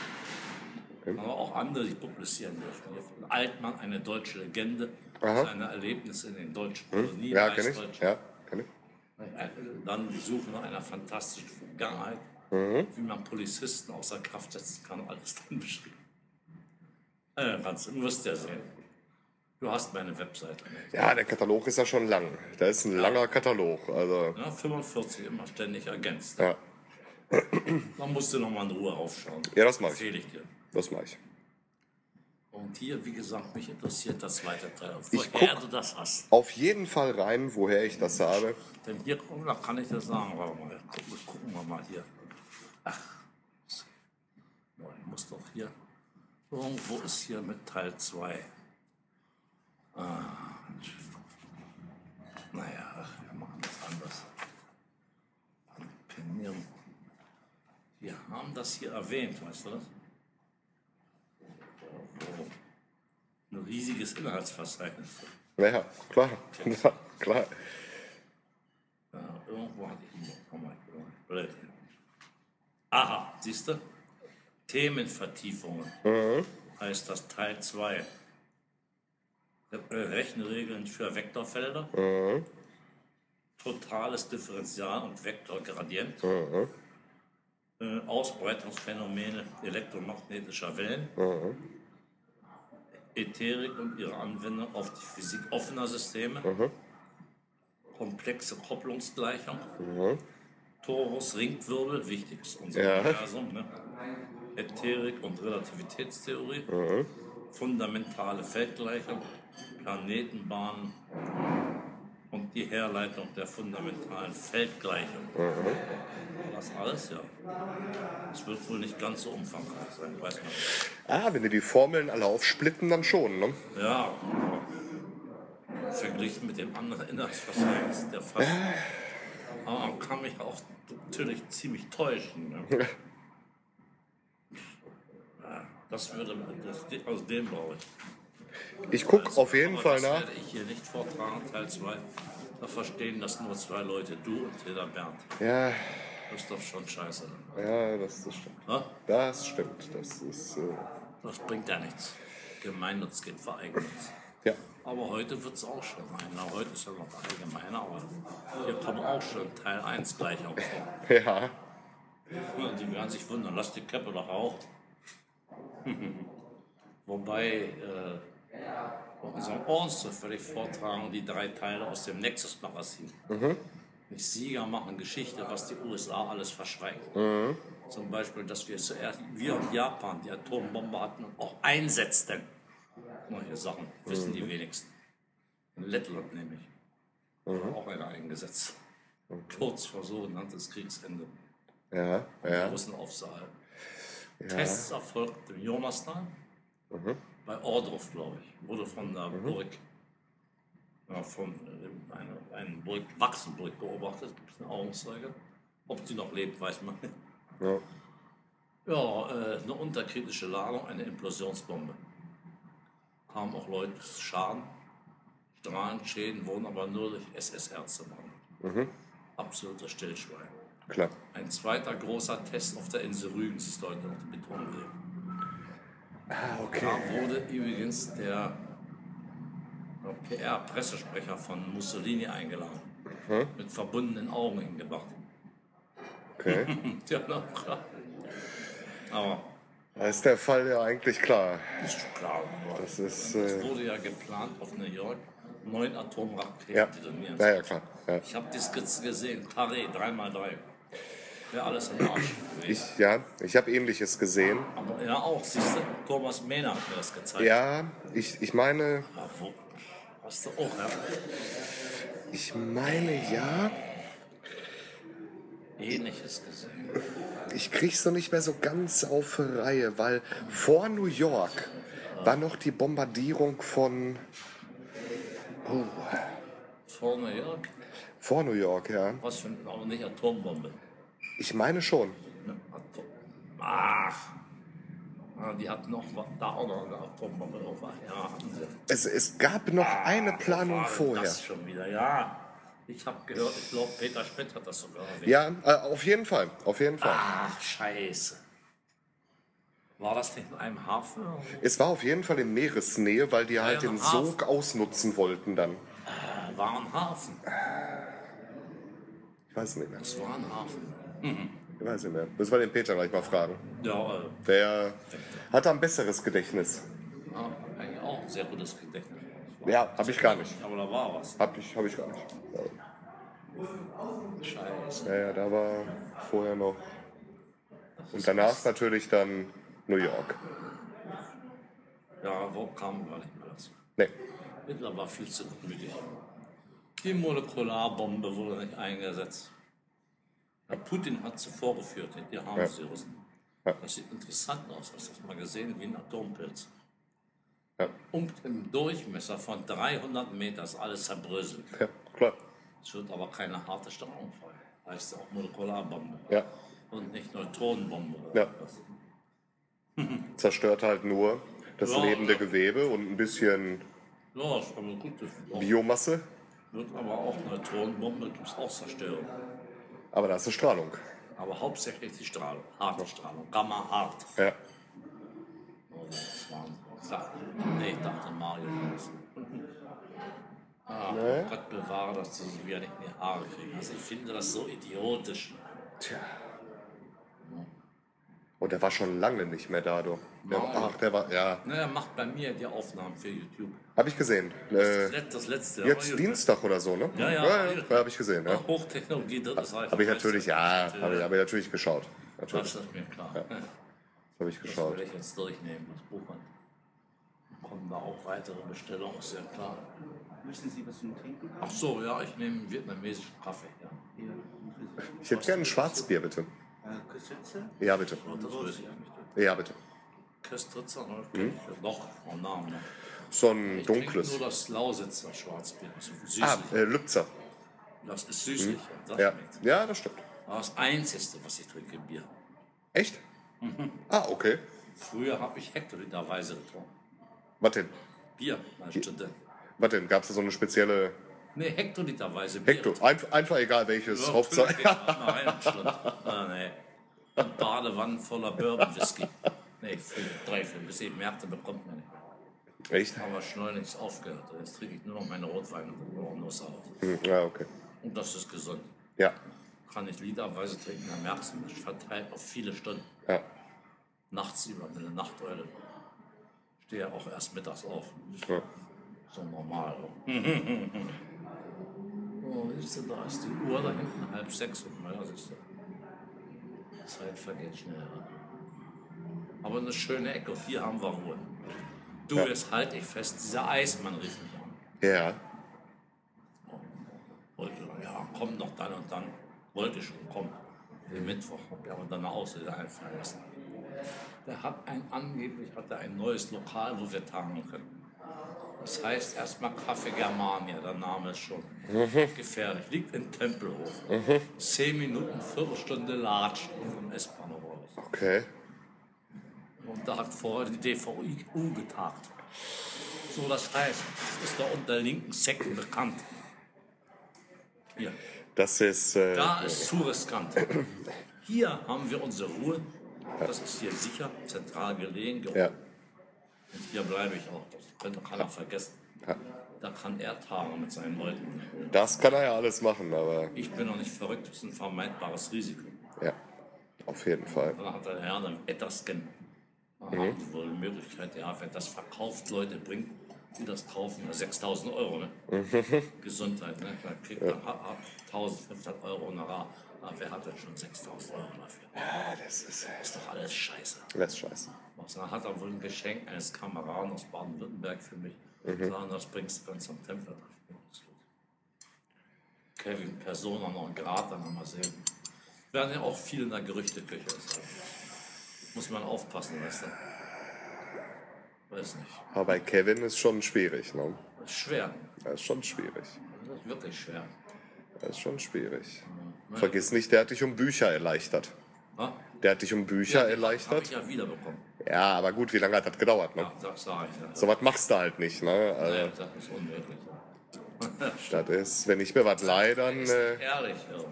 B: Aber auch andere, die publizieren dürfen. Hier von Altmann, eine deutsche Legende,
A: Aha. Hm?
B: seine Erlebnisse in den deutschen Kolonien.
A: Ja, kenne ich.
B: Weißdeutschen.
A: Ja, kenn ich.
B: Dann die Suche nach einer fantastischen Vergangenheit,
A: Mhm.
B: wie man Polizisten außer Kraft setzen kann, alles dann beschrieben. Äh, kannst, wirst ja sehen. Du hast meine Webseite.
A: Ja, der Katalog ist ja schon lang. Da ist ein langer Katalog. Also,
B: Ja, 45 ne? immer ständig ergänzt.
A: ja,
B: Dann musst du nochmal in Ruhe aufschauen.
A: Ja, das mach ich.
B: Erzähl ich dir.
A: das mache ich.
B: Und hier, wie gesagt, mich interessiert das zweite Teil.
A: Ich
B: Woher du das hast.
A: Auf jeden Fall rein, woher ich das habe.
B: Denn hier, guck, da kann ich dir sagen, warte mal, guck, gucken wir mal hier. Ach, ich muss doch hier. Irgendwo ist hier mit Teil 2. Ah, naja, ach, wir machen das anders. Pinieren. Wir haben das hier erwähnt, weißt du das? Oh, ein riesiges Inhaltsverzeichnis.
A: Naja, klar. <laughs> Ja, klar.
B: Ja, irgendwo hatte ich ihn noch. Komm mal, komm mal. Blöd. Aha, siehst du? Themenvertiefungen heißt das Teil 2. Rechenregeln für Vektorfelder. Totales Differential und Vektorgradient. Äh, Ausbreitungsphänomene elektromagnetischer Wellen. Ätherik und ihre Anwendung auf die Physik offener Systeme komplexe Kopplungsgleichung. Torus, Ringwirbel, wichtig ist unser
A: Ja.
B: Universum. Ne? Ätherik und Relativitätstheorie. Fundamentale Feldgleichung, Planetenbahnen und die Herleitung der fundamentalen Feldgleichung. Das alles, ja. Es wird wohl nicht ganz so umfangreich sein, weiß man nicht.
A: Ah, wenn die die Formeln alle aufsplitten, dann schon, ne?
B: Ja, aber verglichen mit dem anderen Inhaltsverzeichnis ist der Fall. Aber
A: Ah.
B: man kann mich auch natürlich ziemlich täuschen. Ne? Ja, das würde, das, aus dem brauche ich.
A: Ich guck auf jeden
B: Aber
A: Fall ne?
B: das
A: nach.
B: werde ich hier nicht vortragen, Teil 2. Da verstehen das nur zwei Leute, du und jeder Bernd.
A: Ja,
B: Das ist doch schon scheiße.
A: ja, das, das stimmt.
B: Ne?
A: Das stimmt. Das ist, äh,
B: Das bringt ja nichts. Gemeinnutz geht vereignet.
A: ja. <laughs>
B: Aber heute wird es auch schon ein. Na, heute ist ja noch allgemeiner, aber hier kommen auch schon Teil 1 gleich auf. vor.
A: Ja,
B: Und Die werden sich wundern, lass die Köppe doch auch. <laughs> Wobei, äh, bei unserem Ohrenschiff werde ich vortragen die drei Teile aus dem Nexus-Magazin. Nicht Sieger machen Geschichte, was die USA alles verschweigen. Zum Beispiel, dass wir zuerst, wir und Japan, die Atombombe hatten und auch einsetzten. Solche Sachen wissen die wenigsten. In Lettland nämlich. Hat Auch einer eingesetzt. Kurz vor so genanntes Kriegsende.
A: ja,
B: Ja.
A: ja.
B: Russen aufsahen. Tests erfolgten im Jonastal, bei Ordorf, glaube ich, wurde von der Burg, ja, von äh, einer, einer Burg, Wachsenburg beobachtet, gibt es eine Augenzeuge. Ob sie noch lebt, weiß man nicht.
A: ja.
B: Ja, äh, eine unterkritische Ladung, eine Implosionsbombe. Haben auch Leute zu Schaden. Strahlenschäden wurden aber nur durch SS-Ärzte behandelt. Absoluter Stillschweigen.
A: Klar.
B: Ein zweiter großer Test auf der Insel Rügens ist heute noch die Betongbrücke.
A: Ah,
B: Da
A: okay.
B: wurde übrigens der PR-Pressesprecher von Mussolini eingeladen.
A: Mhm.
B: Mit verbundenen Augen hingebracht.
A: okay.
B: <laughs> Tja, na klar. Aber
A: Da ist der Fall ja eigentlich klar.
B: ist schon klar. aber
A: Das ist,
B: es
A: äh,
B: wurde ja geplant, auf New York neun Atomraketen
A: ja.
B: detonieren.
A: Ja, ja, klar. Ja.
B: Ich habe die Skizze gesehen. Carré, 3x3. Wäre alles im Arsch gewesen.
A: Ich, ja, ich habe Ähnliches gesehen.
B: Aber er auch, siehst du, Thomas Mehner hat mir das gezeigt.
A: Ja, ich, ich meine,
B: Aber wo? Hast du auch, ja?
A: ich meine ja.
B: Ähnliches gesehen.
A: Ich krieg's noch nicht mehr so ganz auf die Reihe, weil vor New York war noch die Bombardierung von. Oh,
B: Vor New York?
A: vor New York, ja.
B: Was für ein, aber nicht Atombombe.
A: Ich meine schon.
B: Ne? Atom. Ach. Ah, die hatten noch wa- da auch noch eine Atombombe drauf. Ja, hatten sie.
A: Es, es gab noch eine Planung
B: War denn
A: vorher.
B: Das schon wieder, ja. Ich habe gehört, ich glaube, Peter Spett hat das sogar erwähnt.
A: Ja, äh, auf jeden Fall. Auf jeden Fall.
B: Ach, scheiße. War das nicht in einem Hafen?
A: Es war auf jeden Fall in Meeresnähe, weil die halt
B: ja,
A: den
B: am Hafen.
A: Sog ausnutzen wollten dann.
B: Äh, War ein Hafen.
A: Ich weiß nicht mehr.
B: Es war ein Hafen.
A: Ich weiß nicht mehr. Müssen wir den Peter gleich mal fragen.
B: Ja, äh,
A: Der hat da ein besseres Gedächtnis.
B: ja, eigentlich auch ein sehr gutes Gedächtnis.
A: Ja, habe ich gar nicht.
B: Aber da war was.
A: Habe ich, hab ich gar nicht.
B: Scheiße.
A: Ja, ja, da war vorher noch. Und danach natürlich dann New York.
B: Ja, wo kam gar nicht mehr dazu.
A: Nee.
B: Hitler war viel zu gutmütig. Die Molekullarbombe wurde nicht eingesetzt. Herr Putin hat sie vorgeführt, die haben
A: Ja.
B: sie die Russen.
A: Ja.
B: Das sieht interessant aus, hast du das mal gesehen, wie ein Atompilz.
A: Ja.
B: Und im Durchmesser von 300 Metern ist alles zerbröselt.
A: Ja, klar.
B: Es wird aber keine harte Strahlung frei. Heißt auch Molekullarbombe.
A: Ja.
B: Und nicht Neutronenbombe.
A: Ja. Zerstört halt nur das
B: Ja.
A: lebende Gewebe und ein bisschen
B: ja, ist aber gut. das ist auch-
A: Biomasse.
B: Wird aber auch Neutronenbombe, gibt es auch Zerstörung.
A: Aber da ist eine Strahlung.
B: Aber hauptsächlich die Strahlung, harte Strahlung, Gamma hart.
A: Ja.
B: Oh, das war ein- Sa- Nee, ich dachte Mario. war das. Ah,
A: Nee.
B: Gott bewahre, dass sie sich wieder nicht in die Haare kriegen. Also ich finde das so idiotisch.
A: Tja. Und der war schon lange nicht mehr da, du. Der,
B: Nein.
A: ach, der war, ja.
B: Na, er macht bei mir die Aufnahmen für YouTube.
A: Habe ich gesehen. Äh,
B: Das letzte, das letzte.
A: jetzt
B: aber-
A: Dienstag oder so, ne?
B: Ja, ja.
A: ja, habe ich gesehen, ja.
B: Hochtechnologie, das heißt.
A: Habe ich natürlich, ja, habe ich, hab ich natürlich geschaut.
B: Das
A: Natürlich
B: ist mir klar.
A: habe ich
B: Das
A: geschaut.
B: werde ich jetzt durchnehmen, das Buch. an. Kommen da auch weitere Bestellungen, ist ja klar.
E: Müssen Sie was zum Trinken haben?
B: Ach so, ja, ich nehme vietnamesischen Kaffee. Ja.
E: Ja, müssen Sie.
A: Ich hätte gerne ein Schwarzbier, bitte.
E: Äh, Geschütze?
A: Ja, bitte.
B: Und das weiß ich nicht.
A: Ja, bitte.
B: Köstritzer, ne? Kenn ich ja doch vom Namen. Ne?
A: So ein
B: Ich trinke
A: dunkles.
B: nur das Lausitzer Schwarzbier. Das ist süßlich.
A: Ah, äh, Lübzer.
B: das ist süßlich. Ja, das
A: Ja.
B: schmeckt.
A: ja, das stimmt.
B: Aber das Einzige, was ich trinke, Bier.
A: Echt?
B: Mhm.
A: Ah, okay.
B: Früher habe ich hektoliterweise getrunken.
A: Was denn?
B: Bier, mein Student.
A: Was denn? Gab es da so eine spezielle
B: Nee, hektoliterweise Bier.
A: Hekto? Einf einfach egal welches.
B: Ja,
A: Hauptsache.
B: natürlich, Nein, am Schluss. Ah, nee. Und Badewannen voller Bourbon-Whisky. Nee, früher, drei, vier, bis eben Märkte bekommt man nicht.
A: Echt?
B: Aber schleunigst aufgehört. Jetzt trinke ich nur noch meine Rotweine und Nüsse auf.
A: Hm, Ja, okay.
B: Und das ist gesund.
A: Ja.
B: kann ich literweise trinken, dann merkst du, das verteilt auf viele Stunden.
A: Ja.
B: Nachts über eine Nachteule. Stehe ja auch erst mittags auf.
A: Ja.
B: So normal. <laughs> oh, siehst du, da ist die Uhr da hinten halb sechs und naja, siehst du. Zeit vergeht schnell. ne? Aber eine schöne Ecke, hier haben wir Ruhe. Du,
A: Ja.
B: jetzt halte ich fest, dieser Eismann riecht mich an.
A: ja.
B: Wollte schon, ja, komm doch dann und dann. Wollte schon kommen. Den Mittwoch hab ich aber dann eine Ausrede einfallen lassen. Der hat ein, angeblich hat er ein neues Lokal, wo wir tanken können. Das heißt erstmal Kaffee Germania, der Name ist schon gefährlich. Liegt in Tempelhof. Zehn Minuten, Viertelstunde Latschen vom S-Bahnhof aus.
A: Okay.
B: Und da hat vorher die DVU getagt. So, das heißt, das ist da unter linken Säcken bekannt. Hier,
A: Das ist. Äh,
B: da ist zu riskant. Hier haben wir unsere Ruhe. Das ist hier sicher, zentral gelegen.
A: ja.
B: Und hier bleibe ich auch. Das könnte keiner vergessen. Da kann er tagen mit seinen Leuten.
A: Das kann er ja alles machen, aber
B: Ich bin noch nicht verrückt, das ist ein vermeidbares Risiko.
A: ja. Auf jeden Fall.
B: Dann hat der Herr dann Etterscan. Da haben sie wohl die Möglichkeit, ja, wer das verkauft, Leute bringt, die das kaufen, ja, 6000 Euro. Ne? Gesundheit, ne? da kriegt man ab, ab 1500 Euro Honorar. Aber wer hat denn schon 6000 Euro dafür?
A: Ja, das ist.
B: Ist doch alles scheiße.
A: Das ist scheiße.
B: Und dann hat Also er wohl ein Geschenk eines Kameraden aus Baden-Württemberg für mich.
A: Mhm.
B: Sagen, das bringst du dann zum Tempel. Kevin Persona noch ein Grad, dann haben wir sehen. Werden ja auch viele in der Gerüchteküche. Ist. Muss man aufpassen, weißt du? Weiß nicht.
A: Aber bei Kevin ist schon schwierig, ne?
B: Das ist schwer.
A: Das ist schon schwierig.
B: Das ist wirklich schwer.
A: Das ist schon schwierig. Vergiss nicht, der hat dich um Bücher erleichtert.
B: Ha?
A: Der hat dich um Bücher
B: Hab
A: erleichtert.
B: ich ja wiederbekommen.
A: Ja, aber gut, wie lange hat das gedauert? Ne?
B: Ja, das sag ich. Ja.
A: So was machst du halt nicht, ne? Also,
B: Ja, das ist unmöglich.
A: Das ist, wenn ich mir was leih, dann. Äh,
B: <laughs> Ehrlich, ja.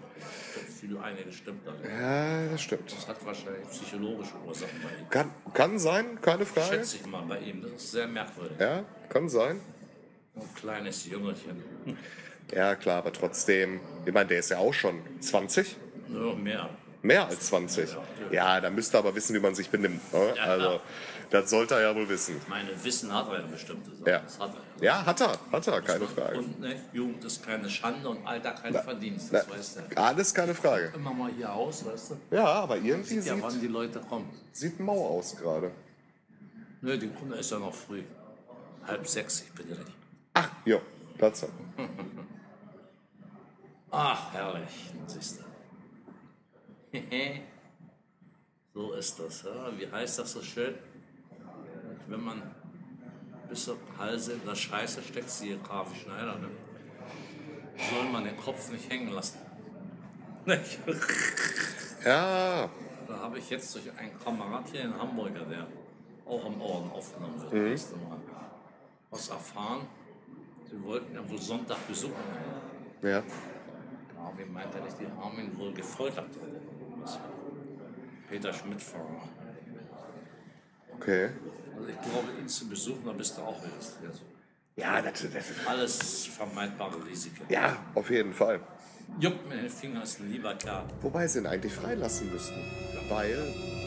B: Für einige stimmt das.
A: äh, ja, das stimmt.
B: Das hat wahrscheinlich psychologische Ursachen bei ihm.
A: Kann, kann sein, keine Frage.
B: Schätze ich mal bei ihm. Das ist sehr merkwürdig.
A: Ja, kann sein.
B: Ein kleines Jüngerchen.
A: Ja, klar, aber trotzdem. Ich meine, der ist ja auch schon 20.
B: Nur mehr.
A: Mehr als 20. Ja, da müsste er aber wissen, wie man sich benimmt. Ne?
B: Ja,
A: Also,
B: klar.
A: das sollte er ja wohl wissen.
B: Ich meine, Wissen hat er ja bestimmte Sachen.
A: Ja.
B: Das hat er ja.
A: Ja, hat er, hat er, keine Frage.
B: Und ne, Jugend ist keine Schande und Alter kein Verdienst. Das weißt du.
A: Alles keine Frage.
B: Immer mal hier aus, weißt du?
A: Ja, aber irgendwie
B: Ja,
A: sieht,
B: wann die Leute kommen.
A: sieht mau aus gerade.
B: Nö, die Kunde ist ja noch früh. Halb sechs, ich bitte dich.
A: Ach, jo, Platz.
B: Ach, herrlich, siehst du. <laughs> so ist das, ja. Wie heißt das so schön? Wenn man bis zum Hals in der Scheiße steckt, siehe Kavi Schneider, ne? Soll man den Kopf nicht hängen lassen. <laughs> Nicht?
A: Ja,
B: Da habe ich jetzt durch einen Kamerad hier in Hamburger, der auch am Orden aufgenommen wird, das nächste Mal, was erfahren. Sie wollten ja wohl Sonntag besuchen.
A: ja.
B: Marvin meinte, Genau, dass die Armin wohl gefoltert hat. Was? Peter Schmidt Farmer.
A: Okay.
B: Also ich glaube, ihn zu besuchen, da bist du auch registriert.
A: Ja, das, das
B: Alles vermeidbare Risiken.
A: Ja, auf jeden Fall.
B: Juckt mir den Finger, ist ein lieber Kerl.
A: Wobei sie ihn eigentlich freilassen müssten. Weil